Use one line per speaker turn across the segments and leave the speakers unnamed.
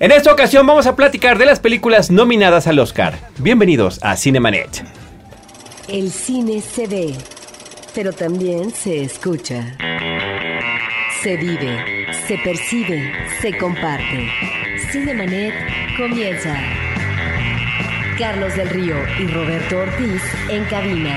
En esta ocasión vamos a platicar de las películas nominadas al Oscar. Bienvenidos a Cinemanet.
El cine se ve, pero también se escucha. Se vive, se percibe, se comparte. Cinemanet comienza. Carlos del Río y Roberto Ortiz en cabina.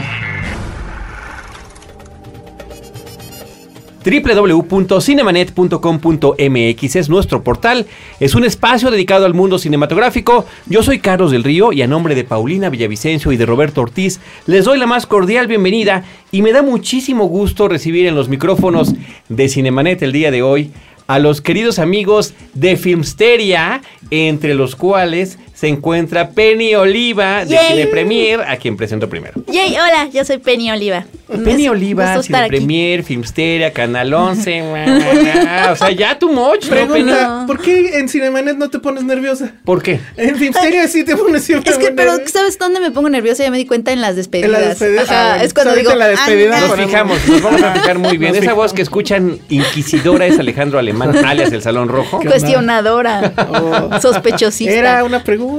www.cinemanet.com.mx es nuestro portal, es un espacio dedicado al mundo cinematográfico. Yo soy Carlos del Río y a nombre de Paulina Villavicencio y de Roberto Ortiz les doy la más cordial bienvenida y me da muchísimo gusto recibir en los micrófonos de Cinemanet el día de hoy a los queridos amigos de Filmsteria, entre los cuales se encuentra Penny Oliva de
Yay.
Cinepremier, a quien presento primero.
Yay, hola, yo soy Penny Oliva.
Penny
Es un
Oliva,
gusto
Cine
estar aquí.
Premier, Filmsteria, Canal 11. ma, ma, ma. o sea, ya tu much, ¿no, Penny?
Pregunta.
¿Por qué en Cinemanet no te pones nerviosa?
¿Por qué?
En Filmsteria sí te pones siempre
Es que,
muy
pero,
nerviosa.
¿sabes dónde me pongo nerviosa? Ya me di cuenta en las despedidas.
En las despedidas,
Ajá,
ah, bueno,
es cuando
pues
digo.
ahorita en la despedida
"Ah,
Nos
ponemos-
fijamos, nos vamos a fijar muy bien.
Nos
Esa voz
fijamos.
que escuchan inquisidora es Alejandro Alemán, alias El Salón Rojo.
Cuestionadora.
Oh.
Sospechosista.
Era una pregunta.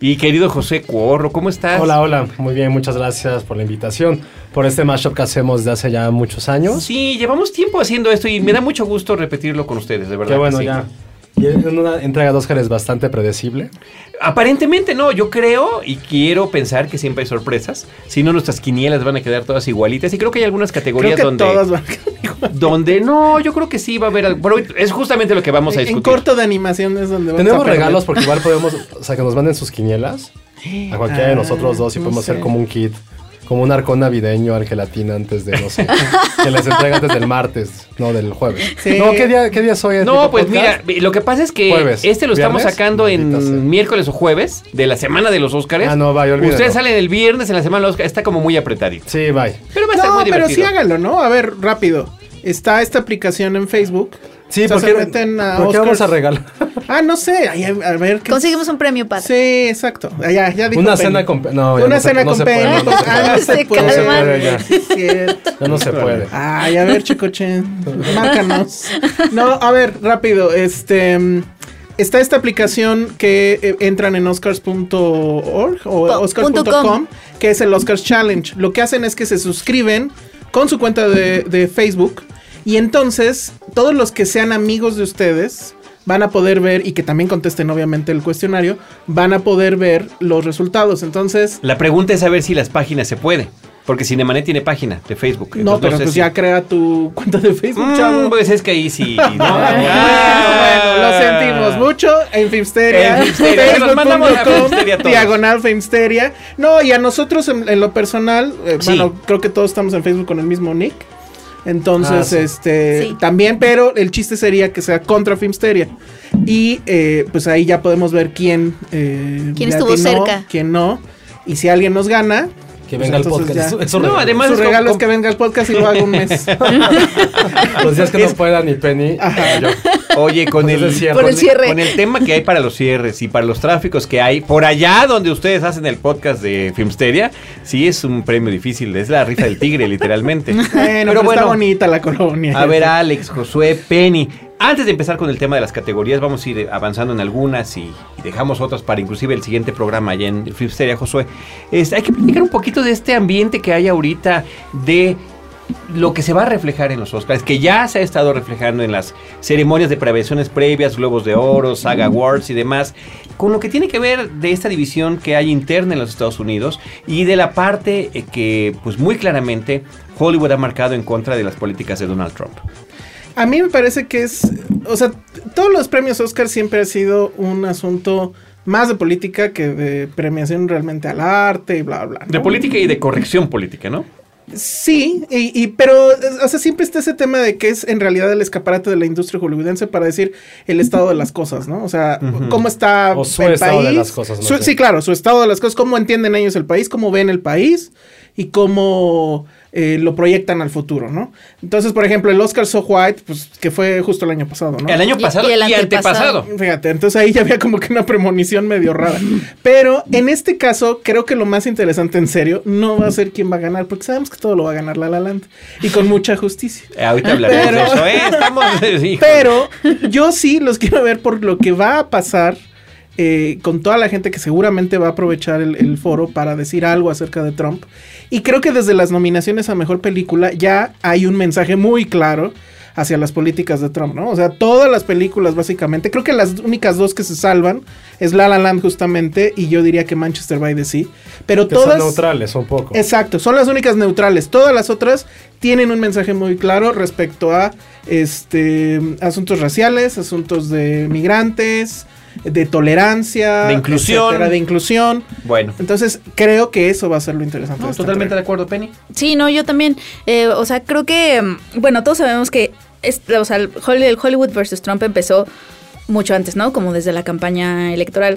Y querido José Cuorro, ¿cómo estás?
Hola, hola. Muy bien, muchas gracias por la invitación, por este mashup que hacemos de hace ya muchos años.
Sí, llevamos tiempo haciendo esto y me da mucho gusto repetirlo con ustedes, de verdad.
Qué bueno,
que sí.
ya. Y es una entrega de Óscar es bastante predecible.
Aparentemente no, yo creo y quiero pensar que siempre hay sorpresas. Si no, nuestras quinielas van a quedar todas igualitas. Y creo que hay algunas categorías
Creo
donde.
que todas van.
Donde no, yo creo que sí va a haber algo. Pero es justamente lo que vamos a
En
discutir.
corto de animación es donde vamos
Tenemos
a perder.
regalos porque igual podemos, o sea, que nos manden sus quinielas a cualquiera
Ah,
de nosotros dos y
no
podemos
sé.
hacer como un kit, como un arcón navideño al gelatina antes de, no sé, que les entrega antes del martes, no, del jueves.
Sí.
No, ¿qué día, qué día es hoy?
este
el
No,
tipo
pues
podcast?
mira, lo que pasa es que
Jueves,
este lo estamos
viernes,
sacando en
maldita sea.
miércoles o jueves de la semana de los Óscares.
Ah, no, vaya, olvídalo.
Ustedes salen el viernes en la semana de los Óscares, está como muy apretadito.
Sí, bye.
Pero va a estar
No,
muy
pero
divertido.
sí hágalo, ¿no? A ver, rápido. Está esta aplicación en Facebook.
Sí,
O sea,
porque
se meten a
¿por qué vamos a
Oscars.
regalar?
Ah, no sé. Ay, a a ver qué.
Conseguimos un premio para.
Sí, exacto. Ah, ya, ya dijo
Una
Penny.
cena con Pe- no, ya
Una
no se-
cena
no
con
se
Penny.
puede, no se
Ah, no
puede.
se
Se
puede.
calman.
Ya. Sí, es cierto.
Ya no se puede.
Ay, a ver, Chicochen, márcanos. No, a ver, rápido, este... mm, Está esta aplicación que eh, entran en oscars.org o
Po- punto
oscars.com,
com.
que es el Oscars Challenge. Lo que hacen es que se suscriben con su cuenta de, de Facebook y entonces todos los que sean amigos de ustedes van a poder ver y que también contesten obviamente el cuestionario, van a poder ver los resultados. Entonces,
La pregunta es saber si las páginas se pueden. Porque Cinemanet tiene página de Facebook.
no,
entonces
pero
sé
pues
si-
ya crea tu cuenta de Facebook,
Mm,
chavo.
pues es que ahí sí. ¿no?
Ah, bueno, lo sentimos mucho en Filmsteria.
En Filmsteria.
Facebook
Nos mandamos a
punto com,
Filmsteria todos.
Diagonal Filmsteria. No, y a nosotros en, en lo personal, eh,
Sí.
bueno, creo que todos estamos en Facebook con el mismo nick. Entonces,
Ah, sí.
este,
Sí.
también, pero el chiste sería que sea contra Filmsteria. Y eh, pues ahí ya podemos ver quién, eh,
¿Quién
le
estuvo
atinó,
cerca?
quién no. Y si alguien nos gana,
Que
pues
venga el
entonces
podcast.
ya.
Eso- eso
No,
regalo.
además
su
es como-
regalo es
como-
que venga el podcast y lo hago un mes.
Los días que no pueda ni Penny.
Ajá.
yo.
Oye, con
Pues es
el,
el cierre.
con
Por el
el-
cierre.
con el tema que hay para los cierres y para los tráficos que hay por allá donde ustedes hacen el podcast de Filmsteria, sí es un premio difícil, es la rifa del tigre literalmente.
Bueno, pero, está bonita la colonia.
a ver Alex, Josué, Penny. Antes de empezar con el tema de las categorías, vamos a ir avanzando en algunas y, y dejamos otras para inclusive el siguiente programa allá en Filmsteria, Josué. Es- hay que platicar un poquito de este ambiente que hay ahorita de lo que se va a reflejar en los Oscars, que ya se ha estado reflejando en las ceremonias de prevenciones previas, Globos de Oro, Saga Awards y demás, con lo que tiene que ver de esta división que hay interna en los Estados Unidos y de la parte eh, que, pues muy claramente, Hollywood ha marcado en contra de las políticas de Donald Trump.
A mí me parece que es, o sea, t- todos los premios Oscar siempre ha sido un asunto más de política que de premiación realmente al arte y bla, bla. ¿no?
De política y de corrección política, ¿no?
Sí, y, y- pero, o sea, siempre está ese tema de que es en realidad el escaparate de la industria hollywoodense para decir el estado de las cosas, ¿no? O sea,
Ujú.
cómo está
O su
el
estado de
país.
las cosas, más
Su-
bien.
sí, claro, su estado de las cosas, cómo entienden ellos el país, cómo ven el país y cómo eh, lo proyectan al futuro, ¿no? Entonces, por ejemplo, el Oscar So White, pues que fue justo el año pasado, ¿no?
El año
Y-
pasado y,
y el
antepasado.
antepasado.
Fíjate, entonces ahí ya había como que una premonición medio rara. Pero en este caso, creo que lo más interesante en serio no va a ser quién va a ganar, porque sabemos que todo lo va a ganar La La Land y con mucha justicia.
Eh, ahorita hablaremos de
Pero-
eso, ¿eh? Estamos. hijo.
Pero yo sí los quiero ver por lo que va a pasar eh, con toda la gente que seguramente va a aprovechar el, el foro para decir algo acerca de Trump. Y creo que desde las nominaciones a Mejor Película ya hay un mensaje muy claro hacia las políticas de Trump, ¿no? O sea, todas las películas básicamente, creo que las únicas dos que se salvan es La La Land justamente y yo diría que Manchester by the Sea, pero
Que
todas...
son neutrales, un poco.
Exacto, son las únicas neutrales. Todas las otras tienen un mensaje muy claro respecto a este asuntos raciales, asuntos de migrantes, de tolerancia,
De inclusión.
etcétera, de inclusión.
Bueno.
Entonces, creo que eso va a ser lo interesante. de esta
totalmente de
entrega.
acuerdo, Penny.
Sí, no, yo también. Eh, o sea, creo que, mm, bueno, todos sabemos que es- o sea, el Hol- el Hollywood versus Trump empezó mucho antes, ¿no? Como desde la campaña electoral.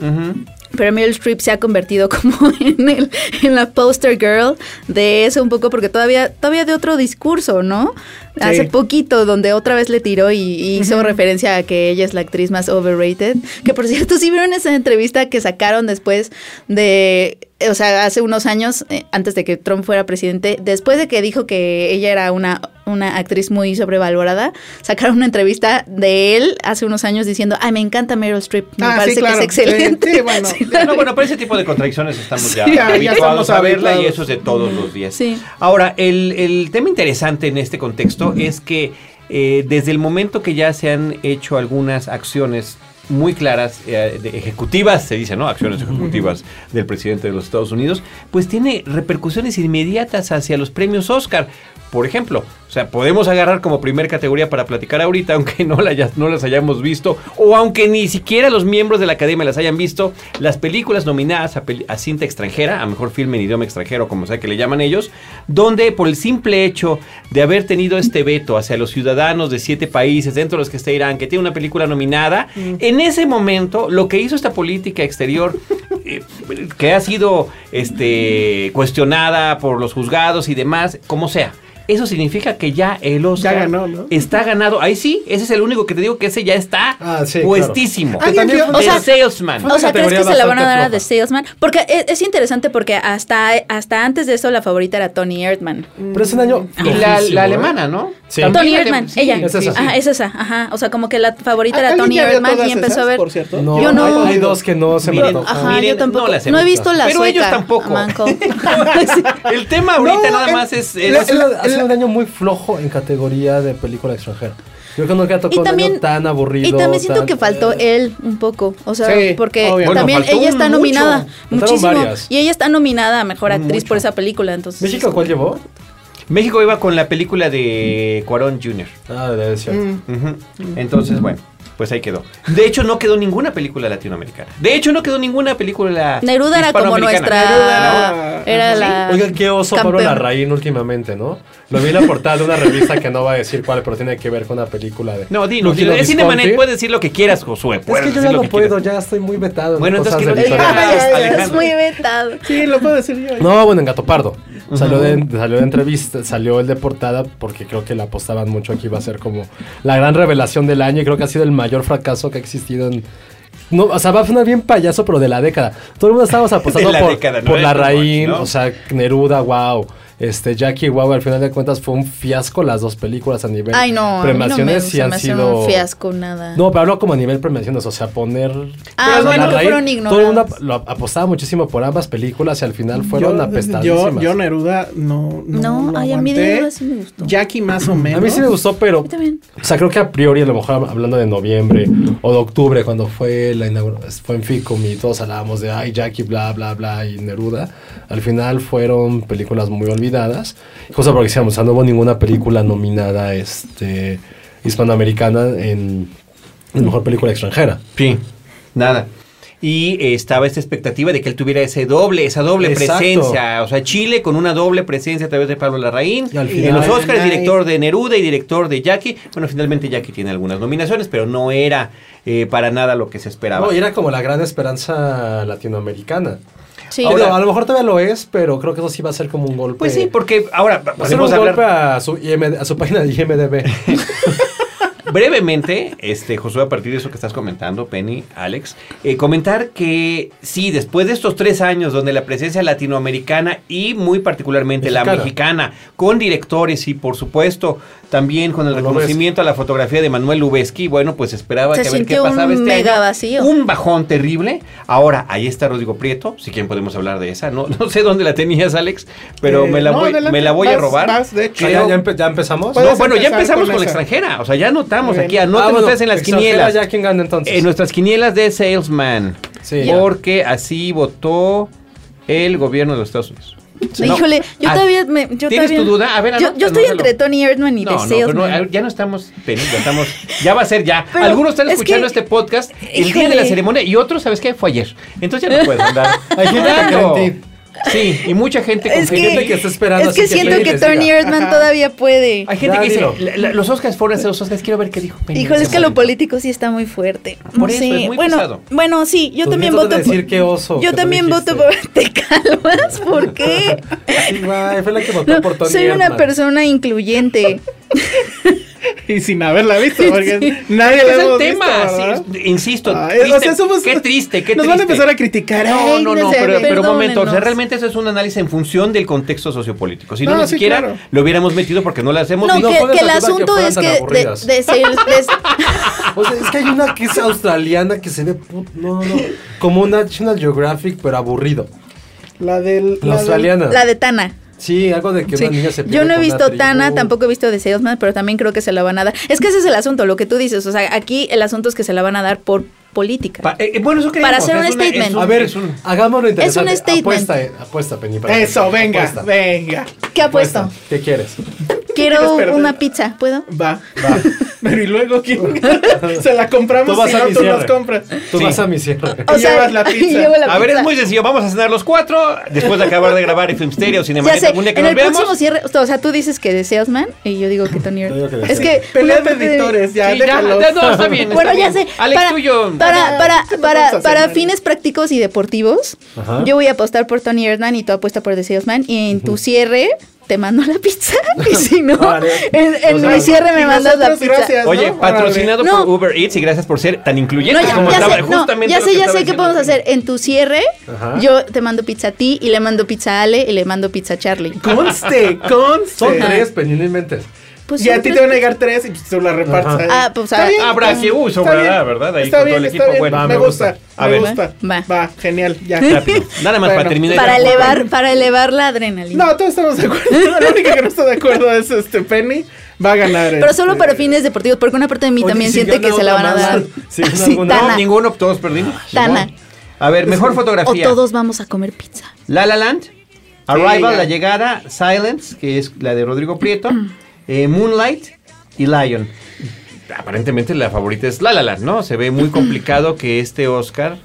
Pero Meryl Streep se ha convertido como en, el, en la poster girl de eso un poco, porque todavía, todavía de otro discurso, ¿no? Hace poquito, donde otra vez le tiró y, y hizo referencia a que ella es la actriz más overrated. Que por cierto, sí vieron esa entrevista que sacaron después de, o sea, hace unos años, eh, antes de que Trump fuera presidente, después de que dijo que ella era una una actriz muy sobrevalorada, sacaron una entrevista de él hace unos años diciendo, ay, me encanta Meryl Streep, me
Ah, sí,
parece
claro.
que es excelente.
Sí, sí, bueno.
Sí,
No, bueno, pero ese tipo de contradicciones estamos ya
Sí, ya- ya
habituados
estamos
a verla y
habituados.
eso es de todos los días.
Sí.
Ahora, el, el tema interesante en este contexto es que eh, desde el momento que ya se han hecho algunas acciones muy claras, eh, de ejecutivas, se dice, ¿no? Acciones ejecutivas del presidente de los Estados Unidos, pues tiene repercusiones inmediatas hacia los premios Oscar. Por ejemplo, o sea, podemos agarrar como primer categoría para platicar ahorita, aunque no, la hayas- no las hayamos visto, o aunque ni siquiera los miembros de la academia las hayan visto, las películas nominadas a, peli- a cinta extranjera, a mejor filme en idioma extranjero, como sea que le llaman ellos, donde por el simple hecho de haber tenido este veto hacia los ciudadanos de siete países, dentro de los que está Irán, que tiene una película nominada, en ese momento lo que hizo esta política exterior, eh, que ha sido este, cuestionada por los juzgados y demás, como sea. Eso significa que ya el Oscar
ganó, ¿no?
está ganado. Ahí sí, ese es el único que te digo que ese ya está
Ah, sí, claro.
puestísimo.
Que también
vio-
fue-
O
O
sea,
sea,
salesman.
Fue una
O sea, ¿crees que
categoría
se la van a dar a
bastante
The Salesman? Porque e, es, es interesante porque hasta, hasta antes de eso la favorita era Tony Erdman.
Pero es un año.
Y la,
flojísimo,
la
¿eh?
alemana, ¿no?
Sí.
También
Tony
ale-
Erdman,
sí,
ella.
es esa, sí.
Ajá, es esa, ajá. O sea, como que la favorita era
¿Alguien
Tony
Ah, ya vio
Erdman
todas
y empezó
esas,
a ver.
por cierto?
No,
Yo no.
hay- hay dos que no se me
Miren,
antojan.
Ajá,
Miren,
yo tampoco.
no
No,
las
he
hemos
visto la
Pero ellos
sueca,
tampoco.
Amanco.
El tema ahorita
No,
nada
el-
más es.
Pero
es-
ha sido- ha sido un año muy flojo en categoría de película extranjera. Yo creo que nunca tocó
Y
un año
también,
tan aburrido.
y también siento
tan- eh,
que faltó él un poco. O sea,
Sí,
porque
obvio.
Bueno,
también
faltó
ella está
mucho.
nominada
Faltaron
muchísimo.
varias.
Y ella está nominada a mejor actriz por esa película. Entonces,
¿México cuál llevó?
México iba con la película de Cuarón Jr.
Ah, de cierto.
Mm.
Ujú. Entonces, bueno, pues ahí quedó. De hecho, no quedó ninguna película latinoamericana. De hecho, no quedó ninguna película.
Neruda era como
hispanoamericana.
nuestra.
Neruda.
Era
Ah,
Sí.
la.
Oigan, qué oso Pablo
campeona.
Larraín últimamente, ¿no? Lo vi en la portada de una revista que no va a decir cuál, pero tiene que ver con una película de.
No, dilo,
Luchino
dilo. Es Cinemanet,
Visconti.
puedes decir lo que quieras, Josué.
Es
puedes
que yo
decir
ya
lo
no
que
puedo,
quieras.
ya estoy muy vetado. en
Bueno, entonces
cosas
que
de
lo
Victoria.
digas.
Ay, ay, ay, Es
Alejandro.
muy vetado.
Sí, lo puedo decir yo.
No, bueno, en Gato Pardo. Salió de, salió de entrevista, salió el de portada porque creo que la apostaban mucho aquí iba a ser como la gran revelación del año y creo que ha sido el mayor fracaso que ha existido en... No, o sea, va a sonar bien payaso, pero de la década. Todo el mundo estábamos apostando
De la
por,
década, no
por
de
la
Too Much,
raíz,
¿no?
o sea, Neruda, wow. Este, Jackie, wow, al final de cuentas fue un fiasco las dos películas a nivel
Ay, no. a mí no me-
premaciones
se
y han
me hace
sido...
un fiasco, nada.
No, pero hablo como a nivel premaciones, o sea, poner...
Ah,
o sea,
bueno,
la
que
raíz,
fueron
Todo el mundo
ignorados.
ap- lo apostaba muchísimo por ambas películas y al final fueron
Yo, yo,
apestadísimas.
yo Neruda no. No,
No,
lo
ay, a mí de
aguanté.
Neruda sí me gustó.
Jackie más o menos.
A mí sí me gustó, pero.
mí también.
O sea, creo que a priori, a lo mejor hablando de noviembre o de octubre, cuando fue la inauguración, fue en FICOM y todos hablábamos de ay, Jackie, bla, bla, bla, y Neruda. Al final fueron películas muy olvidadas. Cosa porque decíamos, o sea, no hubo ninguna película nominada este, hispanoamericana en, en mejor película extranjera.
Sí, nada. Y eh, estaba esta expectativa de que él tuviera ese doble, esa doble
Exacto.
presencia. O sea, Chile con una doble presencia a través de Pablo Larraín.
Y al
en
final-
los Oscars,
Ay.
director de Neruda y director de Jackie. Bueno, finalmente Jackie tiene algunas nominaciones, pero no era eh, para nada lo que se esperaba.
No, y era como la gran esperanza latinoamericana.
Sí.
Ahora,
Ahora-
a lo mejor todavía lo es, pero creo que eso sí va a ser como un golpe.
Pues sí, porque ahora
Va a ser un
podemos hablar
golpe a su, IMD a su página de IMDB.
brevemente, este, Josué, a partir de eso que estás comentando, Penny, Alex, eh, comentar que sí, después de estos tres años donde la presencia latinoamericana y muy particularmente la
Mexicana.
mexicana, con directores y por supuesto también con el
Con
reconocimiento a la fotografía de Manuel Lubezki, bueno, pues esperaba
Se
que a ver qué
sintió un
pasaba este
mega
año.
vacío.
Un bajón terrible. Ahora, ahí está Rodrigo Prieto, si quieren podemos hablar de esa, no, no sé dónde la tenías, Alex, pero
Eh,
me, la
no,
voy,
adelante,
me la voy a
vas-
robar.
vas, de hecho.
Ah, ¿Ya, ya empe- ya empezamos?
Puedes
No, bueno, ya
empezar
empezamos
con
con la
esa.
extranjera. O sea, ya anotamos
Muy bien.
aquí. Anoten
Ah, bueno,
ustedes en las
extranjera,
quinielas. Eh,
ya quién gana entonces.
En nuestras quinielas de Salesman.
Sí.
Porque así votó el gobierno de los Estados Unidos. No.
Híjole, yo
Ah,
todavía me. Yo
¿Tienes
todavía-
tu duda? A ver,
yo, yo
anótalo,
estoy entre
anótalo.
Tony Erdman y
No,
The
no, pero no,
Salesman.
ya no estamos teniendo, estamos, ya va a ser ya.
Pero
Algunos están
es
escuchando
que-
este podcast el día de la
híjole.
ceremonia y otros, ¿sabes qué? Fue ayer. Entonces ya no puedes andar.
Hay gente que
Claro.
cree en ti.
Sí, y mucha gente
es
confía en ti.
gente
que,
que está esperando
es que
así que
siento
Lady
que,
les
Tony
diga.
Erdman todavía puede.
Hay gente
Ya,
que dice,
dilo.
"La- la- los Oscars fueron hace los Oscars, quiero ver qué dijo. Penny en
Híjole, es
ese
que lo
momento".
político sí está muy fuerte. No
Por eso
sé.
es muy
bueno,
pesado.
bueno, sí, yo
Tus
también
nietos
voto
van a decir qué oso
Yo
que no
también voto por
dijiste.
te calmas, ¿por qué?
Sí, güey, fue la que votó
No,
por Tony
soy una
Erdman.
persona incluyente.
Y sin haberla visto, porque nadie
Ese
la
Pues es el
hemos
tema,
visto, ¿verdad?
sí, insisto.
Ay, o
triste,
sea, somos-
qué triste, qué
Nos
triste.
van a empezar a criticar.
No,
ay,
no, no,
no sé,
pero, pero
perdónenos.
momento, o sea, realmente eso es un análisis en función del contexto sociopolítico. Si no,
No,
ni
sí,
siquiera
claro.
lo hubiéramos metido porque no las hemos
No,
visto.
no
que,
pongas
que el
la duda que
asunto
fueran
es
tan
que de,
aburridas.
de sales- de-
O sea, es que hay una que es australiana que se ve put- no, no, no, como un National Geographic pero aburrido.
La del.
La australiana.
la de Tana.
Sí, algo de que
Sí.
una niña se pierde
Yo no he
con una
visto
tribu.
Tana, tampoco he visto The Salesman, pero también creo que se la van a dar. Es que ese es el asunto, lo que tú dices. O sea, aquí el asunto es que se la van a dar por política.
Pa- eh, eh, bueno, eso
Para
queremos, es
hacer un
una- es
statement.
un-
A ver,
es un-
hagámoslo interesante.
statement.
Apuesta, eh, apuesta Penny. para
Eso,
que-
venga,
apuesta.
venga.
¿Qué apuesto?
Apuesta. ¿Qué quieres?
Quiero
¿Quieres perder?
una pizza, ¿puedo?
Va.
Va.
Pero y luego, ¿quién? Se la compramos
Tú vas
y
a
no
mi
tú
cierre.
nos compras.
Tú
Sí.
vas a mi cierre.
Y llevas la pizza.
llevo la
A ver,
pizza.
es muy sencillo. Vamos a cenar los cuatro después de acabar de grabar el Filmsterio
Ya sé,
Cinemaneta. Un día que
en
nos
el próximo
veamos.
cierre, o sea, tú dices que de Salesman y yo digo que Tony Erdman.
Yo digo que de
Es que
Pelea
una
de
parte de-
editores, ya,
Sí, ya,
déjalo.
ya, no, está bien.
Bueno,
está
ya sé.
bien. Alex,
para,
tuyo.
Para, para,
¿Qué te
para-
vamos a hacer,
para
Mario?
fines prácticos y deportivos,
Ajá.
yo voy a apostar por Tony Erdman y tú apuesta por The Salesman. Y en tu cierre te mando la pizza. Y si no,
Vale.
en, en
O sea,
mi cierre
y
me mandas la
nosotros,
pizza.
gracias.
Oye,
¿no?
patrocinado
Órale.
por
No.
Uber Eats y gracias por ser tan
No,
incluyentes
ya,
como
ya
estaba
sé, no,
justamente
ya
lo
sé,
que
ya
estaba
sé qué
diciendo
podemos
Penny.
hacer. En tu cierre,
Ajá.
yo te mando pizza a ti y le mando pizza a Ale y le mando pizza a Charlie.
Conste, conste.
Son tres, Penny, no inventes.
Pues
y a
son
ti
tres
te van a llegar tres y pues, tú la repartes.
Ajá.
ahí.
Ah, pues,
Está
ah,
bien,
Habrá que
está bien,
uso,
está
¿verdad?
bien,
¿Verdad? Ahí
está
con todo
bien,
el
está
equipo.
bien,
Bueno,
va,
me
me gusta.
gusta,
A
me
ver.
gusta.
Va.
Va, genial, ya.
Rápido. Nada más para
Bueno,
terminar.
Para elevar, para elevar la adrenalina.
No, todos estamos de acuerdo. La única que no está de acuerdo es este Penny. Va a ganar.
Pero solo
este,
para fines deportivos, porque una parte de mí
Oye,
también
si
siente
gana
que se la van
otra
a
más,
dar.
si gana
Sí,
alguna-
No,
Tana.
ninguno, todos perdimos.
Tana.
A ver, mejor
O
fotografía.
todos vamos a comer pizza.
La La Land, Arrival,
ya.
La Llegada, Silence, que es la de Rodrigo Prieto, eh, Moonlight y Lion. Aparentemente la favorita es La La Land, ¿no? Se ve muy complicado que este Oscar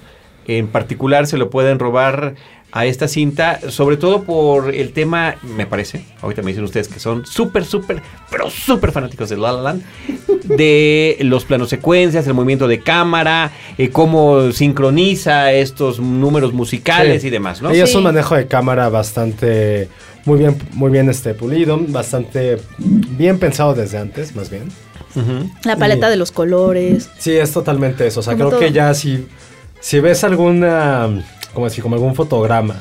en particular se lo puedan robar a esta cinta, sobre todo por el tema, me parece, ahorita me dicen ustedes que son súper, súper, pero súper fanáticos de La La Land, de los planos secuencias, el movimiento de cámara, eh, cómo sincroniza estos números musicales
Sí.
y demás, ¿no?
Ella es
Sí.
un manejo de cámara bastante muy bien, muy bien este pulido, bastante bien pensado desde antes, más bien.
La paleta
Sí.
de los colores.
Sí, es totalmente eso. O sea,
Como
creo
todo.
que ya si, si ves alguna, como decir, como algún fotograma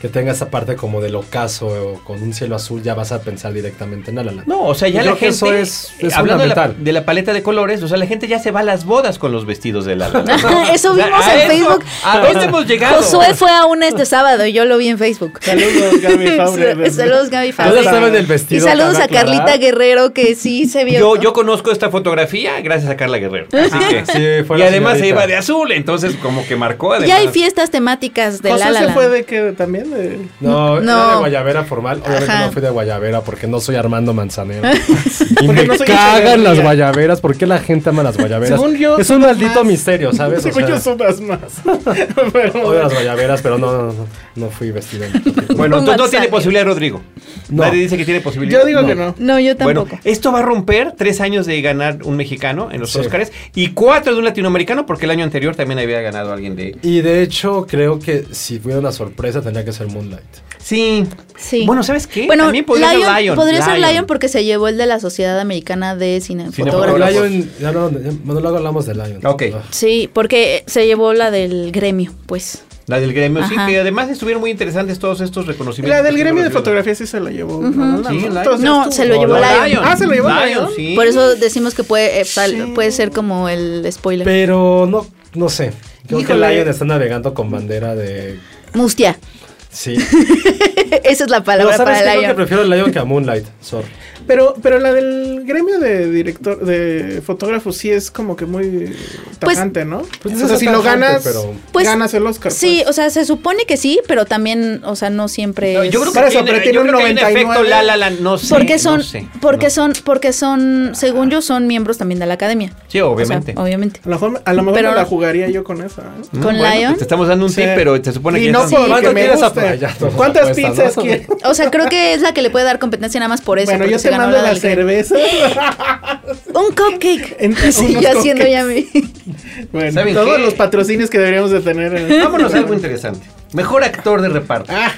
que tenga esa parte como del ocaso o con un cielo azul, ya vas a pensar directamente en la la Land.
No, o sea, ya
Creo
la
que
gente.
eso es- es
eh, hablando de la,
fundamental.
de la paleta de colores, o sea, la gente ya se va a las bodas con los vestidos de la. La Land.
Eso
O sea,
vimos
a
en
eso-
Facebook.
¿A dónde hemos llegado?
Josué fue a una este sábado y yo lo vi en Facebook.
Saludos, Gaby Faure.
Saludos, Gaby
Ya le
Fabre.
saben el
Y
vestido.
saludos a
Ana Clara.
Carlita Guerrero, que sí se vio.
Yo,
¿no?
yo conozco esta fotografía gracias a Carla Guerrero. Así que,
Sí, fue
y
la
además se
señorita.
iba de azul, entonces como que marcó. Además.
Ya hay fiestas temáticas de
José
La La
se
Land.
fue de qué también. De...
No, era
No.
de guayabera formal. Obviamente
Ajá.
no fui de guayabera porque no soy Armando Manzanero. y
Porque
me
no soy
cagan
Echeverría.
las guayaberas. ¿Por qué la gente ama las guayaberas?
Según yo,
es un
son las más.
maldito misterio, ¿sabes? O
Según
sea,
yo son las más. Pero-
odio las guayaberas, pero no, no, no, no fui vestido.
Bueno,
Un
entonces no tiene
masaje.
posibilidad, Rodrigo.
No.
Nadie dice que tiene posibilidad.
yo digo que no.
No, yo
Bueno,
tampoco.
esto va a romper tres años de ganar un mexicano en los
Sí.
Oscars y cuatro de un latinoamericano, porque el año anterior también había ganado alguien de.
Y de hecho, creo que si fuera una sorpresa tendría que ser Moonlight.
Sí.
Sí.
Bueno, ¿sabes qué?
Bueno,
también podría
Lion,
ser Lion.
Podría ser Lion porque se llevó el de la Sociedad Americana de
Pero
Cinefotógrafos.
Cinefotógrafos.
Lion, ya no, ya- bueno, luego hablamos de Lion.
Ok.
Ah.
Sí, porque se llevó la del gremio, pues.
La del gremio, sí,
Ajá.
que además estuvieron muy interesantes todos estos reconocimientos.
La del gremio de
Rodrigo.
fotografía sí se la llevó.
Sí,
Entonces,
la-
No,
tú-
se lo
No,
llevó
no,
Lion.
Ah, se lo llevó
Lion,
Lion.
sí.
Por eso decimos que puede, eh, tal- puede ser como el spoiler.
Pero no, no sé. Creo
Híjole.
que Lion está navegando con bandera de.
Mustia.
Sí.
Esa es la
Pero
palabra para
sabes qué? Creo que
Lion.
prefiero Lion que a Moonlight. Sorry.
Pero, pero la del gremio de director, de fotógrafos sí es como que muy
Pues-
tajante, ¿no?
Pues no
o sea,
es
si lo
tajante,
ganas,
pero-
Pues,
ganas el Oscar.
Sí,
pues.
o sea, se supone que sí, pero también, o sea, no siempre.
No,
es-
yo creo que
Para eso,
tiene,
pero
yo
tiene
creo
un
que hay un
99.
efecto la la la, no sé.
Porque son,
no sé,
porque
no.
son, porque son, según yo, son miembros también de la academia.
Sí,
O sea,
obviamente.
obviamente.
A lo mejor, a lo mejor
Pero-
no la jugaría yo con esa. ¿eh?
Mm,
¿Con Lion?
pues Te estamos dando un
Sí.
tip, pero se supone que
Y
ya
no
estamos-
por
¿Cuánto
que me
quieres
guste.
apoyar? Ya, todos
¿Cuántas
apuestan,
pizzas
¿no?
quieres?
O sea, creo que es la que le puede dar competencia nada más por eso.
Bueno,
porque
yo
se
te
ganó
mando
la
la
del gremio.
cerveza.
Un cupcake.
En-
sí,
unos
yo haciendo ya mi.
Bueno,
¿Saben
todos
qué?
los patrocinios que deberíamos de tener. en-
Vámonos a algo interesante. Mejor actor de reparto.
Ah,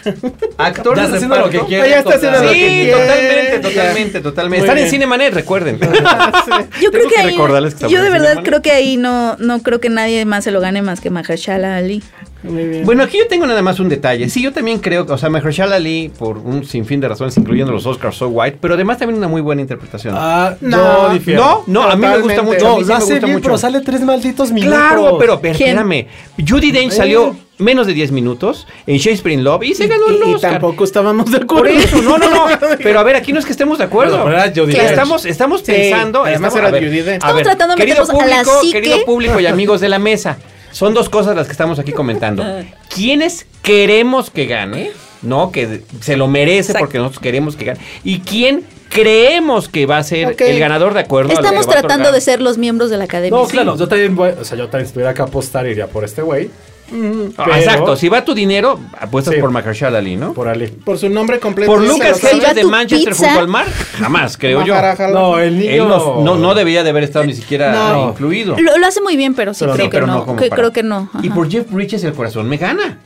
Actor
Ya
de
está haciendo
reparto.
lo que quiere.
Ya está haciendo
total.
lo que
Sí,
quiere.
totalmente,
Ya.
totalmente, totalmente.
Muy
Están en
bien.
Cinemanet, recuerden.
Yo
Tengo
creo que,
que
ahí.
recordarles que estamos
yo de
en
verdad
Cinemanía.
creo que ahí no, no creo que nadie más se lo gane más que Mahershala Ali.
muy bien.
Bueno, aquí yo tengo nada más un detalle. Sí, yo también creo que, o sea, Mahershala Ali, por un sinfín de razones, incluyendo los Oscars So White, pero además también una muy buena interpretación.
Ah,
No.
no, difiero.
no, no, a mí me gusta
Totalmente.
mucho. a
No,
mí sí
lo
me
hace
gusta
bien,
mucho.
pero sale tres malditos minutos.
Claro, pero pero
¿Quién?
espérame. Judy Dench
Eh.
salió menos de 10 minutos en Shakespeare in Love y se ganó el
y, y
Oscar.
tampoco estábamos de acuerdo.
Por eso, no, no, no. Pero a ver, aquí no es que estemos de acuerdo.
Bueno, pero era Judi Dench.
Estamos, estamos
Sí,
pensando.
además
estamos-
era
a ver,
Judi Dench.
a
Estamos
ver,
tratando de
querido
meternos a la
público,
psique.
querido público y amigos de la mesa. Son dos cosas las que estamos aquí comentando. ¿Quiénes queremos que gane? No, que se lo merece
¿Eh? Exacto.
porque nosotros queremos que gane. ¿Y quién creemos que va a ser
Ok.
el ganador de acuerdo a lo que
Estamos
va a
tratando
otorgar?
de ser los miembros de la academia.
No, claro, yo también voy, o sea, yo también si tuviera que apostar iría por este güey,
Ah,
pero-
Exacto, si va tu dinero, apuestas
Sí.
por Mahershala Ali, ¿no? Por,
por Ali.
Por su nombre completo. sí se
Lucas
lo sabe.
Si va
Hedges de
tu
Manchester
pizza-
junto al mar, jamás, creo yo.
Maharajala.
No, el niño
Él no, no, no debería de haber estado ni siquiera
No.
incluido.
Lo, lo hace muy bien, pero sí
Pero
creo
Sí,
que
pero
no.
como
que-
para-
creo que no.
Y
ajá.
por Jeff Bridges el corazón me gana.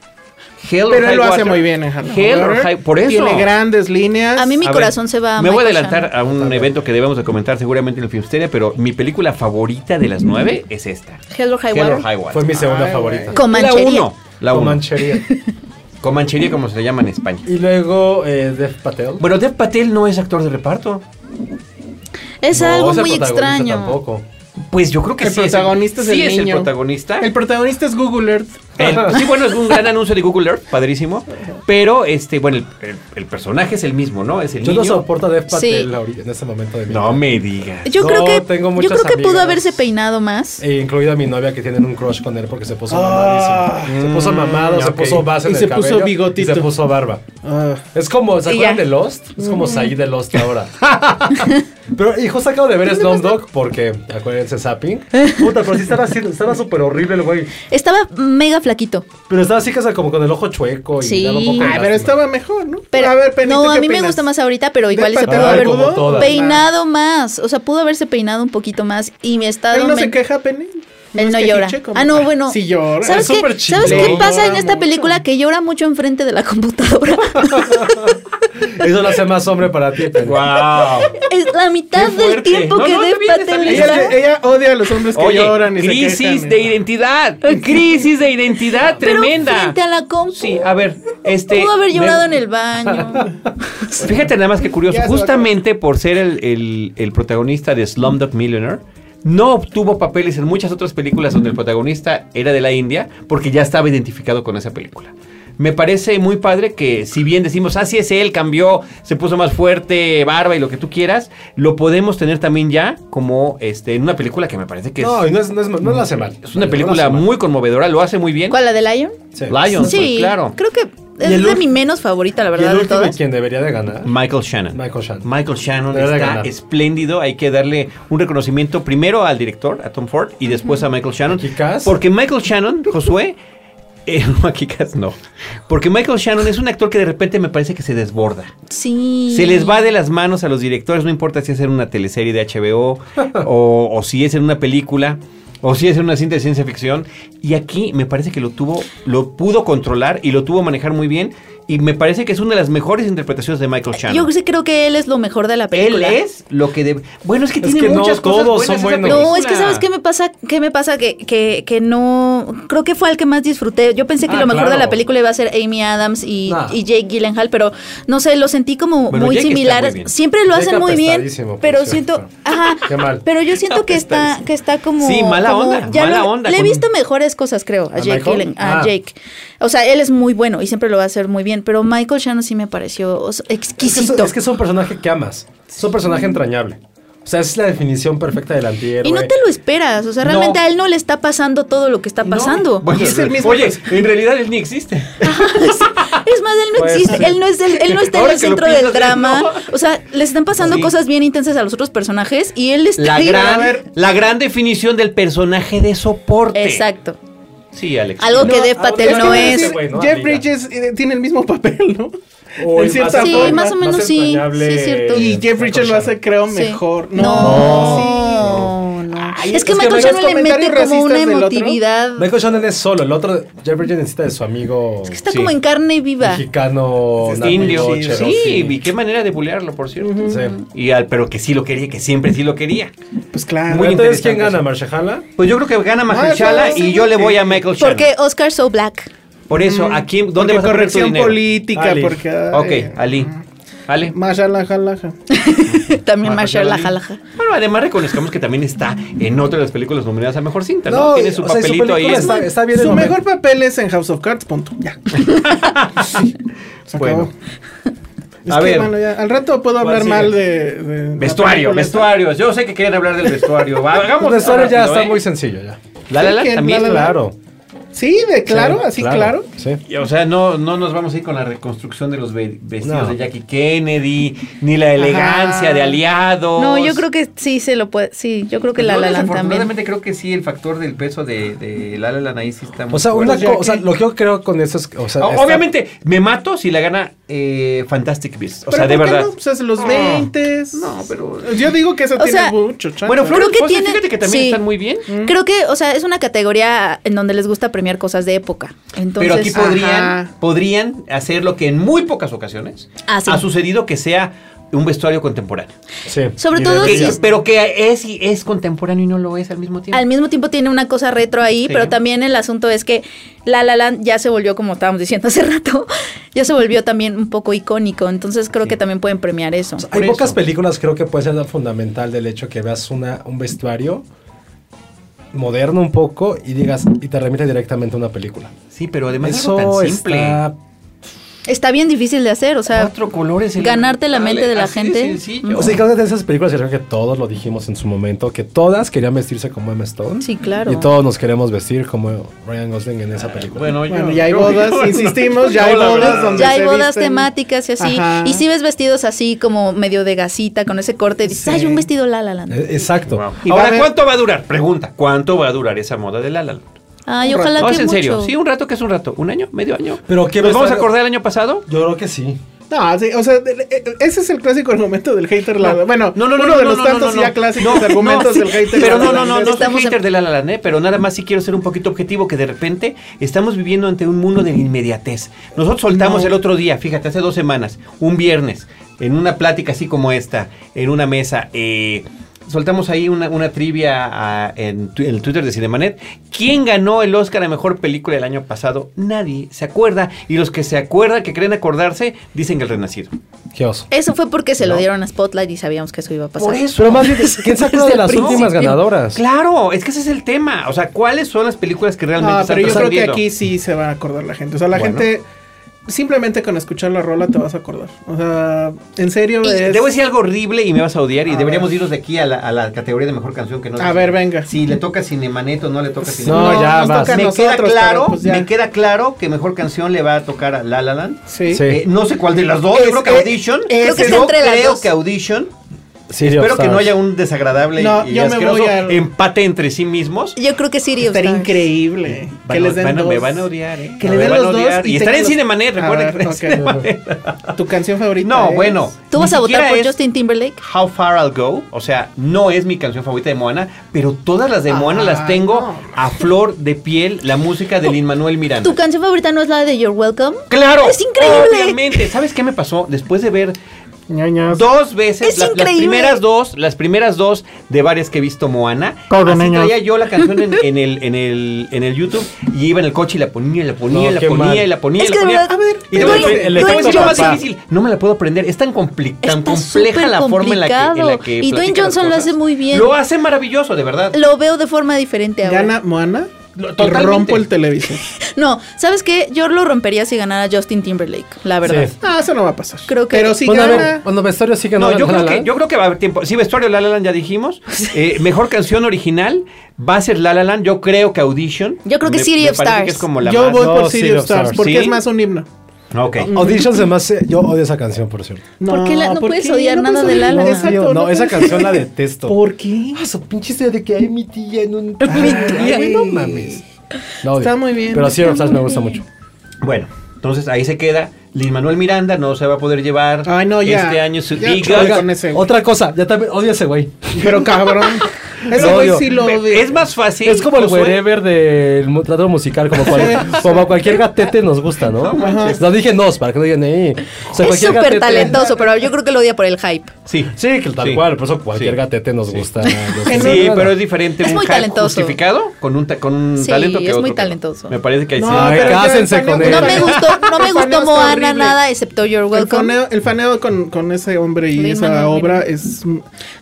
Hell or
Pero él
High
lo hace
Water.
muy bien en Harry
Hell or
Potter.
High- por eso.
Tiene grandes líneas.
A mí mi
A ver,
corazón se va a
Me voy a
Michael
adelantar a un evento que debemos de comentar seguramente en el Filmsteria, pero mi película favorita de las nueve es esta.
Shannon. Hell or High
Hell or
Water.
High Water.
Fue mi segunda
Ay,
favorita.
Con
la
manchería.
uno. La uno.
Comanchería.
Comanchería, como se le llama en España.
y luego eh, Dev Patel.
Bueno, Dev Patel no es actor de reparto.
Es
No,
algo
es el
muy
protagonista
extraño.
Tampoco.
Pues yo creo que
El
sí.
protagonista es,
sí
el
es
niño.
el protagonista.
El protagonista es Google Earth.
El- Eh, sí, bueno, es un gran anuncio de Google Earth, padrísimo. Pero, este, bueno, el, el- el personaje es el mismo, ¿no? Es el
Yo
niño.
no soporto a Dev Patel
Sí.
ahorita- en este momento de mi
No
vida.
me digas.
Yo
No,
creo que
tengo
yo
muchas
creo que pudo
amigas.
haberse peinado más.
E incluida mi novia que tienen un crush con él porque se puso
Ah,
mamadísimo. Se puso mamado, se
ok.
puso base
Y
en el
se puso
cabello
bigotito.
y se puso barba.
Ah.
Es como, ¿se
Y
acuerdan
ya. Mm.
de Lost? Es como Saí de Lost ahora. pero, hijo, se acabo de ver Slumdog porque, acuérdense, Zapping. Puta, pero sí estaba así, estaba súper horrible el güey.
Estaba mega flaquito.
Pero estaba así, que se- como con el ojo chueco y
Sí.
daba un poco de
Ay, pero
lástima.
estaba mejor, ¿no?
Pero
a ver, Penny, ¿tú
no, a
qué
mí me
opinas?
gusta más ahorita, pero igual
Dev
se
Patel
pudo
Ay,
haber
como todas.
peinado más. O sea, pudo haberse peinado un poquito más y me está
Él
dando
no se
men-
queja, Penny.
Él
es
no
que
llora.
chiche, como-
Ah, no, bueno.
Sí llora.
¿Sabes,
Es
qué,
súper
¿sabes
chileno.
qué pasa en
Llora
esta
mucho.
película? Que llora mucho enfrente de la computadora.
Eso lo hace más hombre para ti. pero-
¡Wow!
es la mitad
Qué
del
fuerte.
tiempo
No,
que
no,
Dev
está bien, está
Patel
bien.
está-
Ella, ella odia a los hombres que
Oye,
lloran y se
crisis
quejan.
de identidad. Crisis de identidad
Pero
tremenda.
frente a la compu.
Sí, a ver, este.
Pudo haber llorado
me-
en el baño.
Fíjate nada más que curioso.
Ya se va a
Justamente por ser el, el- el protagonista de Slumdog Millionaire, no obtuvo papeles en muchas otras películas donde el protagonista era de la India, porque ya estaba identificado con esa película. Me parece muy padre que, si bien decimos, así es él, cambió, se puso más fuerte, barba y lo que tú quieras, lo podemos tener también ya como este, en una película que me parece que
No,
es,
y no, es, no, es- no la hace mal.
es una
No la
película
hace mal.
muy conmovedora, lo hace muy bien.
¿Cuál, la de Lion?
Sí.
Lion, pues, claro.
creo que es
Y el
de
ul-
mi menos favorita, la
Y
verdad,
el
de
último,
todas.
quien debería de ganar.
Michael Shannon.
Michael Shannon.
Michael Shannon
Debería de
está
ganar.
espléndido. Hay que darle un reconocimiento primero al director, a Tom Ford, y después a Michael Shannon.
Kick-Ass.
Porque Michael Shannon, Josué. eh, no, a Kick-Ass no. Porque Michael Shannon es un actor que de repente me parece que se desborda.
Sí.
Se les va de las manos a los directores, no importa si es en una teleserie de HBO o, o si es en una película. O si es en una cinta de ciencia ficción. Y aquí me parece que lo tuvo, lo pudo controlar y lo tuvo manejar muy bien. Y me parece que es una de las mejores interpretaciones de Michael Shannon.
Eh, Yo sí creo que él es lo mejor de la
Él
película.
es lo que debe. Bueno, es que
Es
tiene
que no
muchas cosas
todos
buenas
son
esa
buenos.
película.
No, es que sabes qué me pasa, qué me pasa que, que, que no creo que fue al que más disfruté. Yo pensé que
Ah,
lo mejor de
claro.
la película iba a ser Amy Adams y,
Nah.
y Jake Gyllenhaal, pero no sé, lo sentí como
Ah. Bueno,
muy
Jake está
similares.
muy bien.
Siempre lo
Jake
hacen muy bien,
apestadísimo, por
pero
cierto.
siento, ajá,
Qué mal.
pero yo siento que está que está como
Sí, mala
como-
onda,
ya
mala
lo-
onda
Le he
con-
visto mejores cosas, creo, a,
¿A
Jake
Michael?
Gyllen- a
Ah.
Jake. O sea, él es muy bueno y siempre lo va a hacer muy bien, pero Michael Shannon sí me pareció o sea,
Es que,
exquisito. Mm.
es, es que es un personaje que amas. Es un personaje entrañable. O sea, es la definición perfecta del antihéroe.
y no te lo esperas, o sea,
No.
realmente a él no le está pasando todo lo que está pasando.
Bueno,
Es el mismo
Oye,
caso.
en realidad él ni existe.
Es más, él no
Pues,
existe,
sí.
él no es el- él no está en
Ahora
el
que lo
centro del
piensas,
drama.
no.
O sea, les están pasando
Sí.
cosas bien intensas a los otros personajes y él está
La
ahí.
gran, la gran definición del personaje de soporte.
Exacto.
Sí, Alex.
Algo que Dev
ahora-
Patel
es que
no
iba este, a
es.
decir- güey, ¿no?
Jeff
Amiga.
Bridges eh, tiene el mismo papel, ¿no?
Uy,
en cierta
más
forma.
Sí,
entrañable-
más o menos sí,
entrañable
sí es cierto.
Y Jeff Bridges lo hace, creo,
Sí.
mejor.
No.
No.
no, no.
Ay,
es que
es que
Michael
los
Shannon le mete
comentarios
como una
racistas del otro.
emotividad.
Michael Shannon es solo. El otro, Jeff Bridges necesita de su amigo
Es que está
Sí.
como en carne viva.
mexicano.
Es
nato,
Indio.
Nacho
cherokee.
Sí, y qué manera de bulearlo, por cierto.
Sí.
Y al, pero que sí lo quería, que siempre sí lo quería.
sí. Pues claro.
Muy
Entonces, ¿quién
interesante
gana?
eso.
¿Marshala?
Pues yo creo que gana
Ah,
Mahershala
claro,
y
sí,
yo le
sí.
voy a Michael Shannon.
Porque Oscar So Black.
Por eso, aquí, ¿dónde
¿Dónde
vas a poner tu
corrección
dinero?
política,
Ali.
porque... ay, mm,
Ok, Ali. Ale.
Mashallah, jalaja.
También Marshall La
Mahershala Ali.
Jalaja.
Bueno, además reconozcamos que también está en otra de las películas nominadas a Mejor Cinta, ¿no? Tiene
y-
su
o sea, y
papelito ahí.
película Está, está bien en
Su
el
mejor
momento.
papel es en House of Cards, punto. Ya. Se acabó.
Bueno.
Es
A
que,
ver.
bueno, ya, al rato puedo hablar
sigue?
mal de, de la
Vestuario,
película.
vestuarios. Yo sé que quieren hablar del vestuario. Va,
Los
Hagamos
vestuarios ya
rápido,
está
¿eh?
muy sencillo ya.
La la la
Sí, que
también.
La La Land.
Claro.
Sí, de claro, así
Sí,
claro.
Sí.
Y, O sea, no, no nos vamos a ir con la reconstrucción de los ve- vestidos
No.
de Jackie Kennedy, ni la elegancia
Ajá.
de aliados.
No, yo creo que sí se lo puede. Sí, yo creo que La
Yo
La Land también.
desafortunadamente creo que sí, el factor del peso de, de la la Land ahí sí está muy
O sea,
fuerte.
una co- o sea, lo que yo creo con eso es. que, O sea,
O-
está-
Obviamente, me mato si la gana eh, Fantastic Beasts. O
Pero
sea, de
¿por qué
verdad.
No? Pues es los 20.
No, pero.
Yo digo que esa
O
tiene
sea,
mucho chance.
Bueno, Flores,
Creo pues, que
Foster,
tiene-
fíjate que también
sí.
están muy bien.
Creo que, o sea, es una categoría en donde les gusta premiar cosas de época. Entonces,
pero
ah,
aquí podrían,
Ajá.
podrían hacer lo que en muy pocas ocasiones
Ah, sí.
ha sucedido que sea un vestuario contemporáneo.
Sí.
Sobre
Y
todo
Que-
debería.
si es-
pero que es y es contemporáneo y no lo es al mismo tiempo.
Al mismo tiempo tiene una cosa retro ahí,
Sí.
pero también el asunto es que La La Land ya se volvió, como estábamos diciendo hace rato, ya se volvió también un poco icónico. Entonces creo
Sí.
que también pueden premiar eso.
Hay
Por
pocas
eso.
películas, creo que puede ser la fundamental del hecho que veas una, un vestuario moderno un poco y digas y te remite directamente a una película.
Sí, pero además es algo
Eso
tan simple.
está
Está bien difícil de hacer, o sea,
Cuatro colores.
ganarte la mente de la
así
gente.
sencillo.
O sea, y creo que de esas películas creo que todos lo dijimos en su momento, que todas querían vestirse como Emma Stone.
Sí, claro.
Y todos nos queremos vestir como Ryan Gosling en esa película.
bueno, yo-
Bueno, ya hay
yo-
bodas,
yo no-
insistimos,
yo
ya hay
la
bodas
verdad-
donde
ya hay
se
bodas
visten.
temáticas y así.
Ajá.
Y si ves vestidos así como medio de gasita, con ese corte, y dices,
Sí.
ay, un vestido La La Land.
Eh, Exacto.
Wow.
Y va a
Ahora,
haber-
¿cuánto va a durar? Pregunta, ¿cuánto va a durar esa moda de la la? Land?
Ay,
Un
ojalá
No,
que
es en serio.
mucho.
Sí, un rato que es un rato. ¿Un año? ¿Medio año?
Pero qué
¿Nos vamos a
vestuario-
acordar el año pasado?
Yo creo que sí.
No, sí, o sea, de- de- ese es el clásico argumento del hater. la- bueno,
no, no, no,
uno
no,
de
no,
los
no,
tantos
no, no.
ya clásicos
No,
argumentos
sí,
del hater.
Pero
la-
no, no, no, no soy
Estamos
hater
en-
de la la Land, ¿eh? pero nada más sí quiero ser un poquito objetivo que de repente estamos viviendo ante un mundo de la inmediatez. Nosotros soltamos el otro día, fíjate, hace dos semanas, un viernes, en una plática así como esta, en una mesa, eh, soltamos ahí una, una trivia ah, en, tu- en el Twitter de Cinemanet. ¿Quién ganó el Oscar a Mejor Película el año pasado? Nadie se acuerda y los que se acuerdan, que creen acordarse, dicen que el Renacido.
Qué oso.
Eso fue porque se
No.
lo dieron a Spotlight y sabíamos que eso iba a pasar.
Por eso.
Pero más bien, ¿quién se acuerda
Desde
de
el
las
principio.
últimas ganadoras?
Claro, es que ese es el tema. O sea, ¿cuáles son las películas que realmente
Ah,
están
pero yo creo que
trascendiendo?
aquí sí se va a acordar la gente. O sea, la
Bueno.
gente simplemente con escuchar la rola te vas a acordar. O sea, en serio
Y
es...
Debo decir algo horrible y me vas a odiar. Y
A
deberíamos
ver.
irnos de aquí a la, a la categoría de mejor canción que no.
A ver, venga.
Si le toca Cinemaneto, no le toca
No,
Cinemaneto.
ya
nos
vas.
toca a
me
nosotros,
queda claro,
pero, pues, ya.
me queda claro que mejor canción le va a tocar a La La Land.
Sí.
Sí.
Eh, no sé cuál de las dos.
Es-
yo creo que
eh,
Audition.
creo que
yo
está
entre las
creo
dos.
que Audition.
City of
Espero que no
Stars.
haya un desagradable
No,
y
yo me
asqueroso
voy al-
empate entre sí mismos.
Yo creo que Siri
Estaría increíble.
Van
que
a-
les den
van a-
dos.
me van a odiar, ¿eh?
Que
Me
le den
van a
los dos.
odiar. Y
te
estar en
quedo-
Cinemanet,
A
recuerden
ver,
que está en
ok. Tu canción favorita.
No,
es-
bueno.
¿Tú
ni
vas a votar
siquiera
por
es
Justin Timberlake?
How Far I'll Go, o sea, no es mi canción favorita de Moana, pero todas las de Moana
Ah,
las tengo
no.
a flor de piel, la música de Lin Manuel Miranda.
¿Tu canción favorita no es la de You're Welcome?
¡Claro!
¡Es increíble!
Obviamente. ¿Sabes qué me pasó? Después de ver
Ñoñas.
dos veces
Es
la- las
increíble.
primeras dos, las primeras dos de varias que he visto Moana,
Todo,
así
niños.
traía yo la canción en, en el, en, el, en el YouTube y iba en el coche y la ponía, y la ponía,
No,
y la
qué
ponía,
mal.
y la ponía,
Es
y la
que de
ponía.
verdad,
A ver, y de
tú
verdad,
eres-
el
tú
efecto
eres
es lo más
papá.
difícil. No me la puedo aprender, es tan, compli- tan
Está
compleja la
súper
forma en la que, en la que
complicado. Y Dwayne
platica las
Johnson lo
cosas.
hace muy bien.
Lo hace maravilloso, de verdad.
Lo veo de forma diferente ahora.
Gana Moana.
Lo-
y
totalmente.
rompo el televisor.
No, ¿sabes qué? Yo lo rompería si ganara Justin Timberlake, la verdad.
Sí.
Ah, eso no va a pasar.
Creo que-
Pero si
Bueno, a ver,
gana.
cuando Vestorio sí que
No,
Pues no.
yo, creo que, yo creo que va a haber tiempo. Sí, vestuario La La Land ya dijimos. Eh, mejor canción original va a ser La La Land. Yo creo que Audition.
Yo creo que
Me-
City
me
of
parece que
Stars.
es como la
Yo
más-
voy
No,
por
City
City of
of
Stars
Stars.
porque
¿Sí?
es más un himno.
Ok.
Audition se me hace. Yo odio esa canción, por cierto.
¿Por qué la- no
¿por
puedes
qué?
odiar nada
puedes
de
odiar-
Lala?
No,
Exacto,
tío, no,
puedes-
esa canción la detesto.
¿Por qué?
Ah, su pinche idea de que hay mi tía en un.
Mi tía.
Ay, no mames. La odio.
Está muy bien,
Pero City of
está
Stars
muy
me gusta mucho.
Bueno, entonces ahí se queda. Lin Manuel Miranda no se va a poder llevar
Ay, no, ya.
este año su
Ya,
Giga.
Oiga, con ese, güey.
otra cosa, ya también odio a ese güey.
Pero cabrón. Ese
Lo
güey
odio.
sí lo odia.
Es más fácil.
es
pues
como el
Josué.
wherever del mu- teatro musical, como, cual- como cualquier gatete nos gusta, ¿no?
No manches.
No dije nos, para que no digan, eh. O sea,
es
cualquier
súper
gatete-
talentoso, pero yo creo que lo odia por el hype.
Sí.
Sí, que tal
Sí.
cual, por eso cualquier
Sí.
gatete nos
Sí.
gusta. Yo sé.
Sí, pero es diferente
Es
un
muy
hack
talentoso.
justificado con un, ta- con un
Sí,
talento que
es
otro
muy
que no.
talentoso.
Me parece que ahí
No,
sí.
Ay,
pero ya
cásense
el
con
faneo-
él.
No me gustó, no me
El
gustó
faneo está
Moana
horrible.
nada excepto You're
El
Welcome.
faneo, el faneo con, con ese hombre y
Lin-Manuel
esa
Miranda.
obra es.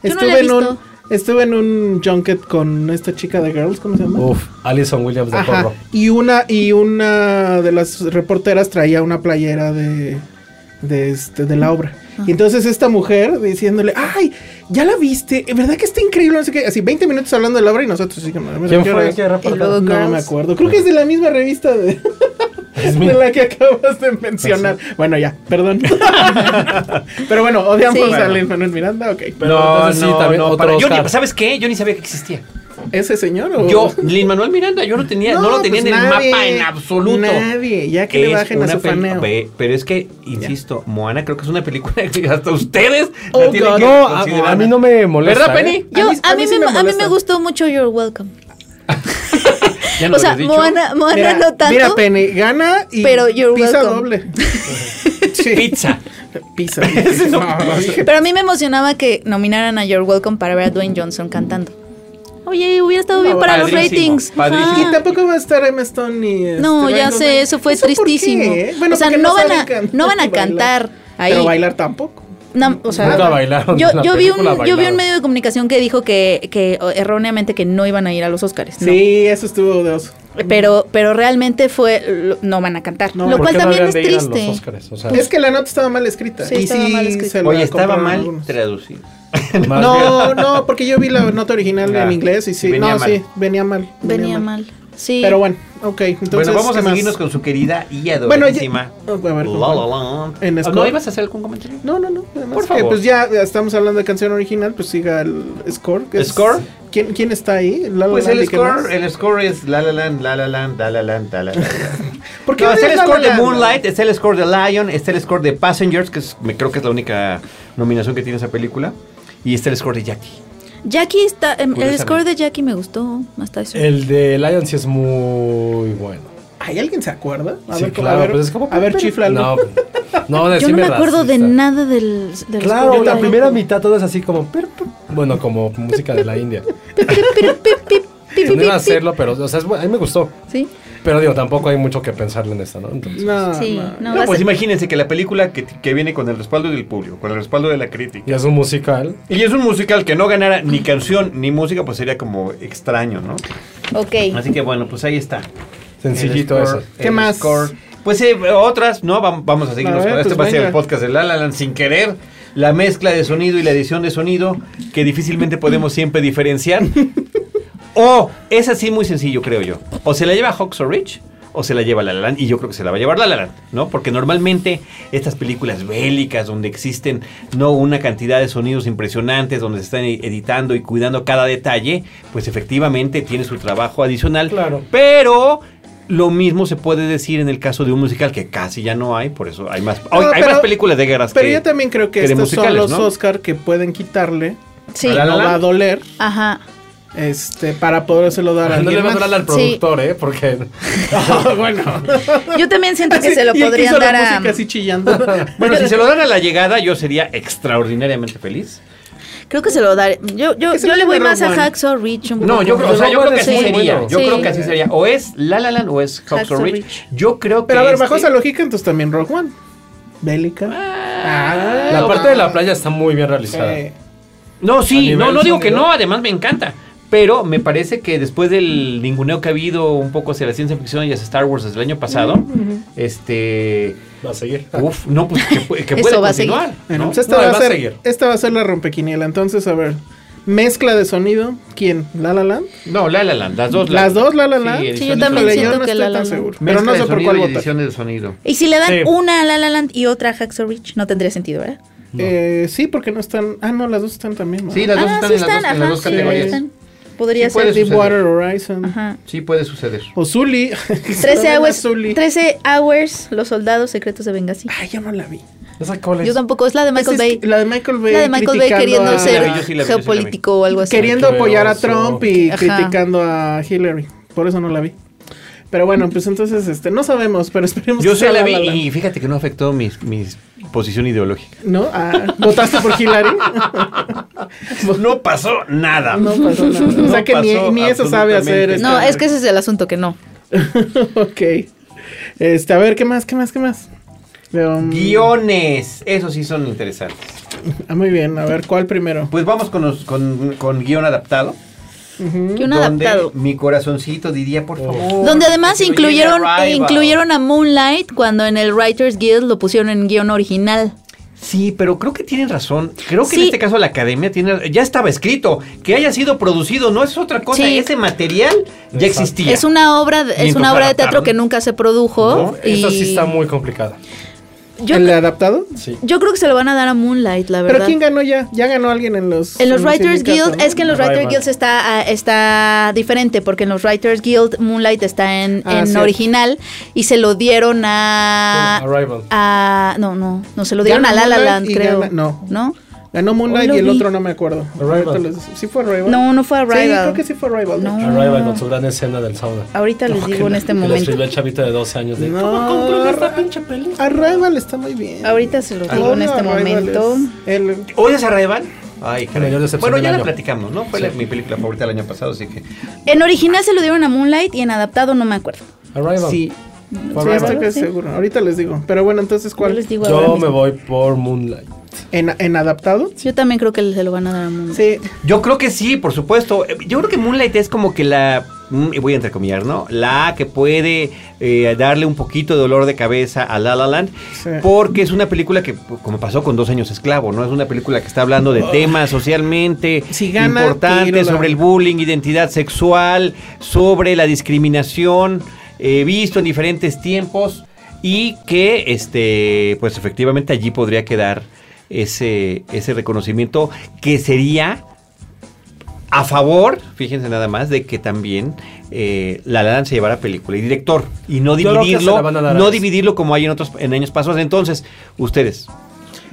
Estuve
la he
en un.
visto.
Estuve en un junket con esta chica de Girls, ¿cómo se llama?
Uf, Alison Williams de
Ajá.
Porro.
Y una, y una de las reporteras traía una playera de, de, este, de la obra. Y entonces esta mujer diciéndole, ay, ya la viste, ¿verdad que está increíble? No sé qué, así 20 minutos hablando de la obra y nosotros así como, "¿A
¿Quién
qué
fue?
hora es?".
¿Qué reportero?
Y luego-
No
Girls.
me acuerdo, creo que es de la misma revista de,
Es mi- Ah,
de la que acabas de mencionar. Bueno, ya, perdón. Pero bueno, odiamos
Sí.
a Lin Manuel Miranda, ok.
Pero entonces sí, también otro
para- yo ni-
Oscar.
¿Sabes qué? Yo ni sabía que existía.
¿Ese señor o...?
Yo, Lin Manuel Miranda, yo no tenía, no, lo tenía
pues
en el
nadie,
mapa en absoluto.
Nadie, ya que le
Es
bajen a
una
su
peli-
faneo.
Ve, Pero es que, insisto, Moana creo que es una película que hasta ustedes la
Oh,
tienen
God.
que
No, a,
considerar.
a mí no me molesta.
¿Verdad, Penny?
¿eh?
Yo, a
A mí-
mí,
a mí sí me
me, a mí
molesta.
me gustó mucho You're Welcome.
Ya no
O
lo
sea,
había dicho.
Moana, Moana
Mira,
no tanto.
Mira, Penny, gana y
Pero you're
pizza
welcome.
doble. Sí.
Pizza.
Pizza. No, dije,
Pero a mí me emocionaba que nominaran a You're Welcome para ver a Dwayne Johnson cantando. Oye, hubiera estado bien para los
padrísimo,
ratings.
padrísimo.
Ajá.
Y tampoco va a estar Emma Stone ni... este,
Ah. No, ya
Ryan
sé,
Reynolds.
eso fue
por
tristísimo.
qué? Bueno,
o sea,
porque
no, van a,
saben can-
no van a
bailar.
cantar ahí.
Pero bailar tampoco.
No, o sea,
Nunca bailaron
Yo,
en la
yo vi un,
película,
yo vi
bailaron.
un medio de comunicación que dijo que, que o, erróneamente que no iban a ir a los Oscars. ¿no?
Sí, eso estuvo odioso.
Pero, pero realmente fue lo- no van a cantar.
No,
lo
¿Por
cual
qué no
también
habrían
es
de ir a los
triste.
Óscares? O sea,
Es que la nota estaba mal escrita.
Sí,
y
estaba
sí,
mal escrita.
se la
Oye, estaba
compraron
mal
algunos.
traducido.
más bien-
No, no, porque yo vi la nota original
Ah,
en inglés y sí,
venía
no,
mal.
sí, venía mal.
Venía mal. Sí.
Pero bueno, ok, entonces...
bueno, vamos
¿qué
a
más?
seguirnos con su querida y
Bueno,
adoradísima.
ya- a ver,
La La Land.
En
Ah, ¿No
Score.
ibas a hacer algún comentario?
No, no, no. Además
Por
que,
favor.
pues ya estamos hablando de canción original, pues siga el score. que es-
¿Score?
¿Quién, ¿Quién está ahí? La La
Pues
Land
el
y qué más.
score, el score es La La Land, La La Land, La La Land, La La Land.
¿Por qué
No, está
odian
el
La
score
La
de
Land?
Moonlight, está el score de Lion, está el score de Passengers, que es- me creo que es la única nominación que tiene esa película, y está el score de Jackie.
Jackie está. em, El
Curiosamente.
score de Jackie me gustó. Hasta eso.
El de Lion sí es muy bueno.
¿Hay alguien se acuerda? A
Sí,
ver,
claro,
a ver,
pues es como-
a ver chifla algo.
pues,
No, no,
yo no
decime
me acuerdo de
racista.
nada del, del
Claro,
score.
la primera mitad todo es así como. per, per, Bueno, como música de la India. No iba a hacerlo, pero. O sea, es bu- a mí me gustó.
Sí.
Pero digo, tampoco hay mucho que pensarle en esta, ¿no? Entonces,
No,
Sí,
Ah,
no,
no.
No,
va a
pues
ser-
imagínense que la película que, que viene con el respaldo del público, con el respaldo de la crítica.
Y es un musical.
Y es un musical que no ganara ni canción ni música, pues sería como extraño, ¿no?
Ok.
Así que bueno, pues ahí está.
Sencillito
El
eso.
score,
¿Qué
el
más?
score Pues eh, otras, ¿no? Vam- Vamos a seguirnos
A ver,
con este.
pues
Va a ser el
venga.
podcast de La La Land sin querer. La mezcla de sonido y la edición de sonido que difícilmente podemos siempre diferenciar. o es así muy sencillo, creo yo. O se la lleva Hawks or Rich o se la lleva La La Land y yo creo que se la va a llevar La La Land, ¿no? Porque normalmente estas películas bélicas donde existen no una cantidad de sonidos impresionantes, donde se están e- editando y cuidando cada detalle, pues efectivamente tiene su trabajo adicional.
Claro.
Pero lo mismo se puede decir en el caso de un musical que casi ya no hay, por eso hay más, hay, hay
pero-
más películas de guerras
Pero
que-
yo también creo que
que de
estos son
musicales,
los
¿no?
Oscar que pueden quitarle.
Sí.
La La
No
Land.
va a doler.
Ajá.
Este, para podérselo dar a
No
alguien
le va a
más.
hablar
Sí.
al productor, ¿eh? Porque.
bueno.
Yo también siento que
Así,
se lo
y el que hizo
podrían dar
la
a.
música así chillando.
Bueno, si se lo dan a la llegada, yo sería extraordinariamente feliz.
Creo que se lo dar. Yo, yo,
Es que
yo le voy
Little
más a
Roman.
Hacksaw Rich un
No,
poco.
yo creo, o sea, yo
Bueno,
creo que así
sí.
sería.
Bueno.
Yo
Sí.
creo que así sería. O es La La Land o es Hawks
Hacksaw
or Rich.
Rich.
Yo creo que.
Pero a ver,
este-
bajo esa lógica, entonces también Rock One. Bélica. Ah,
La parte de la playa está muy bien realizada.
eh,
No,
A
sí,
nivel
no, no digo que
sonido.
no, además me encanta. Pero me parece que después del ninguneo que ha habido un poco hacia la ciencia ficción y hacia Star Wars desde el año pasado, este.
Va a seguir.
Uf, no, pues que, pu- que
Eso
puede
va a seguir.
continuar.
bueno,
¿no?
pues esta,
No,
va
va
a
a
ser,
seguir.
esta va a ser la rompequiniela. Entonces, a ver. Mezcla de sonido. ¿Quién? ¿La La Land?
No, La La Land, las dos.
¿Las dos La La Land?
Sí,
Sí,
edición
yo
de
también
sonido.
Híjole, yo
siento
no
que
estoy
La La
tan
Land.
seguro. Pero no
Mezcla de
sé por
sonido
cuál
y
votar.
edición de sonido.
Y si le dan
Sí.
una a La La Land y otra a Hacksaw Rich, no tendría sentido, ¿verdad?
Eh, sí, porque no están. Ah, no, las dos están también. ¿no?
Sí, las dos
ah,
están,
sí
en, las dos, en las dos
ajá, sí,
categorías.
están. Podría
Sí,
ser.
puede
Deep
suceder.
Water Horizon.
Ajá.
Sí, puede suceder.
O Zully.
13 hours,
Zully.
13 hours, Los Soldados Secretos de Benghazi.
Ay, yo no la vi.
¿Esa cuál
Pues,
es?
Yo tampoco, es la de Michael
Esa es
Bay.
La de Michael Bay.
La de Michael Bay
criticando
queriendo
a-
ser
yo sí la vi, yo sí la vi.
geopolítico o algo así.
Queriendo
Qué
apoyar a
oso.
Trump y
Ajá.
criticando a Hillary. Por eso no la vi. Pero bueno, pues entonces este no sabemos, pero esperemos
Yo
que
sí
sea
la vi
La
y fíjate que no afectó mi posición ideológica.
¿No? Ah, ¿Votaste por Hillary?
No pasó nada.
No pasó nada. O sea
No
que ni,
pasó
ni eso sabe hacer.
absolutamente.
esta-
No, es que ese es el asunto que no.
ok. Este, a ver, ¿qué más? ¿Qué más? ¿Qué más? Um,
Guiones, esos sí son interesantes.
Ah, muy bien, a ver, ¿cuál primero?
Pues vamos con, los- con, con guión adaptado.
Que un
donde
adaptado. Oh.
Mi corazoncito diría, por favor.
Donde además
que no llegue
incluyeron,
Arrival.
incluyeron a Moonlight cuando en el Writers Guild lo pusieron en guión original.
Sí, pero creo que tienen razón. Creo que en
Sí.
este caso la academia tiene. Ya estaba escrito. Que haya sido producido no es otra cosa.
Sí.
Ese material ya existía.
Es una obra,
Y
de- es una
entonces
obra de
adaptaron.
teatro que nunca se produjo.
No,
y
Esa sí está muy complicada.
yo,
¿El adaptado?
Sí.
yo creo que se lo van a dar a Moonlight, la verdad.
¿Pero quién ganó ya? Ya ganó alguien en los.
En los Writers
sindicatos,
Guild,
¿no?
es que en los Writers
Rival.
Guilds está, ah, está diferente, porque en los Writers Guild Moonlight está en,
Ah,
en
cierto.
original y se lo dieron a...
Arrival.
a- no, no, no, se lo dieron
Gana
a La La
Moonlight
Land,
y
creo.
gana- no.
¿No?
Ganó Moonlight
Hoy
y
lo
el
vi.
otro no me acuerdo.
Arrival.
Ahorita les- ¿Sí fue Arrival?
No, no fue
Sí,
Arrival.
creo que sí fue Arrival. de
No.
hecho.
Arrival con su gran escena del sauna.
Ahorita les digo en este
Que la escribió
momento.
el chavito de 12 años. De,
No,
¿Cómo controla esta
Arra-
pinche peli?
Arrival está muy bien.
Ahorita se
Ah,
los digo
Todo
en este
Arrival
momento.
es el-
¿Odias a Revan? Ay, caray.
Mayor decepción
Bueno,
del
ya la
año.
platicamos, ¿no? Fue
Sí.
la- mi película favorita del año pasado, así que.
En original se lo dieron a Moonlight y en adaptado no me acuerdo.
Arrival.
Sí.
Fue
Sí,
Arrival.
estoy casi seguro. Ahorita les digo. Pero bueno, entonces,
Yo
¿cuál?
les digo ahora
Yo me
mismo.
voy por Moonlight.
¿En, en adaptado?
Yo también creo que se lo van a dar a Moonlight.
Sí.
Yo creo que sí, por supuesto. Eh, Yo creo que Moonlight es como que la. mm, Voy a entrecomillar, ¿no? La que puede eh, darle un poquito de dolor de cabeza a La La Land.
Sí.
Porque es una película que, pues, como pasó con Dos Años Esclavo, ¿no? Es una película que está hablando de temas socialmente
Si gana, tiro
importantes,
la-
sobre el bullying, identidad sexual, sobre la discriminación, eh, visto en diferentes tiempos. Y que, este, pues efectivamente allí podría quedar ese, ese reconocimiento que sería a favor, fíjense nada más, de que también eh, la La Land se llevara película y director. Y no
Yo creo que se
dividirlo,
la van a dar a
no
Alex.
dividirlo como hay en otros en años pasados. Entonces, ustedes,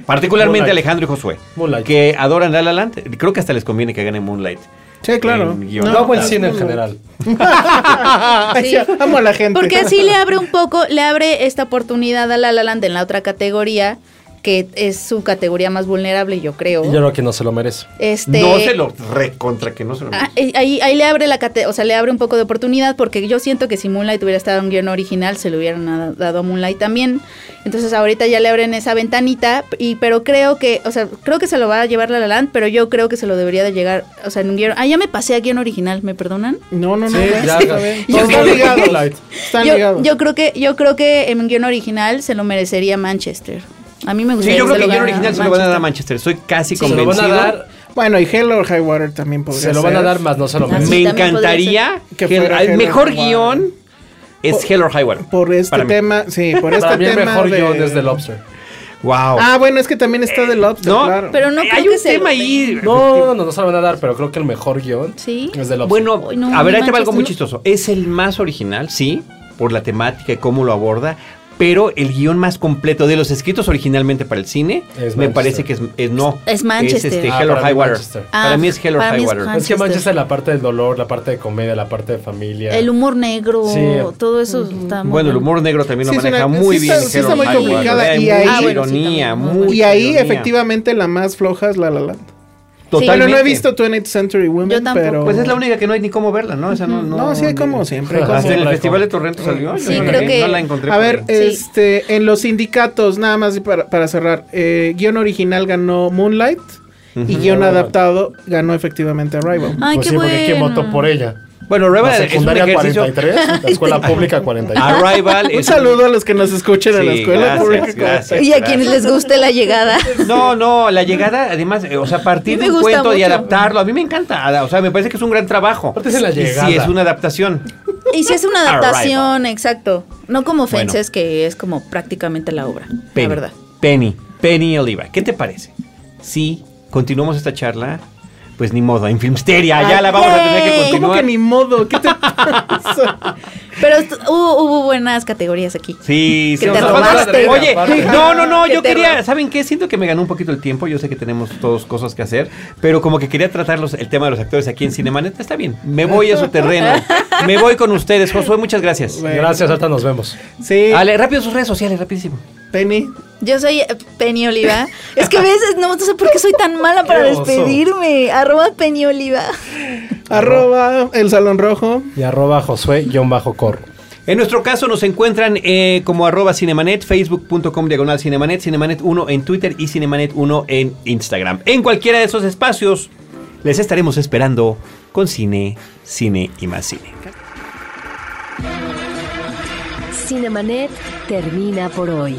particularmente
Moonlight.
Alejandro y Josué,
Moonlight.
que adoran La La Land, creo que hasta les conviene que gane Moonlight.
Sí, claro. pues
En guión.
No,
No,
hago el
no,
cine en general.
Ah,
Ay, sí, Amo a la gente.
Porque así le abre un poco, le abre esta oportunidad a La La Land en la otra categoría que es su categoría más vulnerable, yo creo.
Y yo creo que no se lo merece.
Este,
No se lo recontra que no se lo
Ah, eh, Ahí, ahí le abre la cate- o sea, le abre un poco de oportunidad porque yo siento que si Moonlight hubiera estado en guión original se lo hubieran a- dado a Moonlight también. Entonces ahorita ya le abren esa ventanita y pero creo que, o sea, creo que se lo va a llevar La La Land, pero yo creo que se lo debería de llegar, o sea, en un guión. Ah, ya me pasé a guión original, ¿me perdonan?
No, no, no.
Sí,
güey,
ya,
está
ya.
bien.
Yo-
Están ligados. Están
Yo,
ligados.
yo creo que yo creo que en un guión original se lo merecería Manchester. A mí me
Sí,
gustaría
yo creo que el
lo
guión
ganara
original se lo van a dar a Manchester. Estoy casi
Se lo van
convencido.
a dar,
Bueno, y Hell or High Water también podría
se lo van a
ser.
dar, más no se lo
Así
merece.
Me
también
encantaría que
Que fuera
el
Hell or
mejor
High Water.
guión es Hell or High Water.
Por este
Para mí.
tema, sí, por este
Para mí el
tema
mejor
de...
guión es de Lobster.
Wow.
Ah, bueno, es que también está de Lobster,
no,
claro.
Pero no
Hay
creo
un
que se
tema
lo
ahí.
No, no, no, no se lo van a dar, pero creo que el mejor guión
Sí.
es de Lobster.
Bueno,
Ay, no,
a ver, ahí te va
Manchester,
algo muy
no.
chistoso. Es el más original, sí, por la temática y cómo lo aborda, pero el guión más completo de los escritos originalmente para el cine,
Es
me
Manchester.
parece que es, es- no.
Es Manchester.
Es este,
Ah,
Hell or
para mí
High Water.
Manchester.
para
Ah,
mí es Hell or
para
High
mí es
Water.
es que
Manchester.
Manchester la parte del dolor, la parte de comedia, la parte de familia.
El humor negro,
Sí.
todo eso está muy
Bueno, el
bien.
humor negro también lo
Sí, es
maneja
una-
muy
sí
bien.
está- sí
Hell
está
or
muy
High Water.
complicada, y
Hay
ahí-
mucha
Ah,
bueno, sí,
ironía,
también.
mucha
y ahí
ironía.
efectivamente la más floja es La La Land.
Totalmente.
Bueno, no he visto 20th Century Women,
Yo tampoco.
pero...
Pues es la única que no hay ni cómo verla, ¿no? Esa no, no,
No, sí hay como siempre. hay como-
Hasta en el
Ajá.
Festival de Torrento salió. yo
Sí,
no la
creo
vi,
que-
No la encontré.
A
por
ver,
ahí.
Sí.
este, en los sindicatos, nada más para, para cerrar. eh, guión original ganó Moonlight y
Ah.
guión adaptado ganó efectivamente Arrival.
Ay,
Pues
qué
sí,
bueno.
porque ¿quién votó por ella?
bueno, Rueba
La
es un
secundaria
ejercicio.
43, la escuela pública 43.
Arrival
Un
es
saludo a los que nos escuchen en la
Sí,
escuela.
gracias,
pública.
gracias.
Y a quienes les guste la llegada.
No, no, la llegada, además, eh, o sea,
A
partir
mí
de
me
un
gusta
cuento y
mucho.
adaptarlo, a mí me encanta, Ada, o sea, me parece que es un gran trabajo.
Aparte es la
Y
llegada.
Sí, es una adaptación.
Y si es una adaptación, exacto. No como
Bueno.
Fences, que es como prácticamente la obra,
Penny,
la verdad.
Penny, Penny Oliva, ¿qué te parece? Si continuamos esta charla, pues ni modo, en Filmsteria, ya
Ay,
la vamos a tener que
yay.
¿Cómo que
continuar.
ni modo? ¿Qué te pasa?
Pero est- hubo, hubo buenas categorías aquí.
Sí,
Que
sí,
te
nos falta la
robaste.
tarea, Oye,
aparte.
no, no, no,
Que
yo
te
quería,
robaste.
¿saben qué? Siento que me ganó un poquito el tiempo, yo sé que tenemos todos cosas que hacer, pero como que quería tratar los- el tema de los actores aquí en Cinemanet, está bien, me voy a su terreno, me voy con ustedes, Josué, muchas gracias.
Gracias, ahorita nos vemos.
Sí,
Ale, rápido sus redes sociales, rapidísimo.
Penny.
Yo soy eh, Penny Oliva. Es que a veces no, no sé por qué soy tan mala para
Qué oso.
despedirme. Arroba Penny Oliva.
Arroba el Salón Rojo.
Y arroba Josué-Cor.
En nuestro caso nos encuentran eh, como arroba cinemanet, facebook.com diagonal cinemanet, cinemanet1 en Twitter y cinemanet1 en Instagram. En cualquiera de esos espacios les estaremos esperando con cine, cine y más cine.
Cinemanet termina por hoy.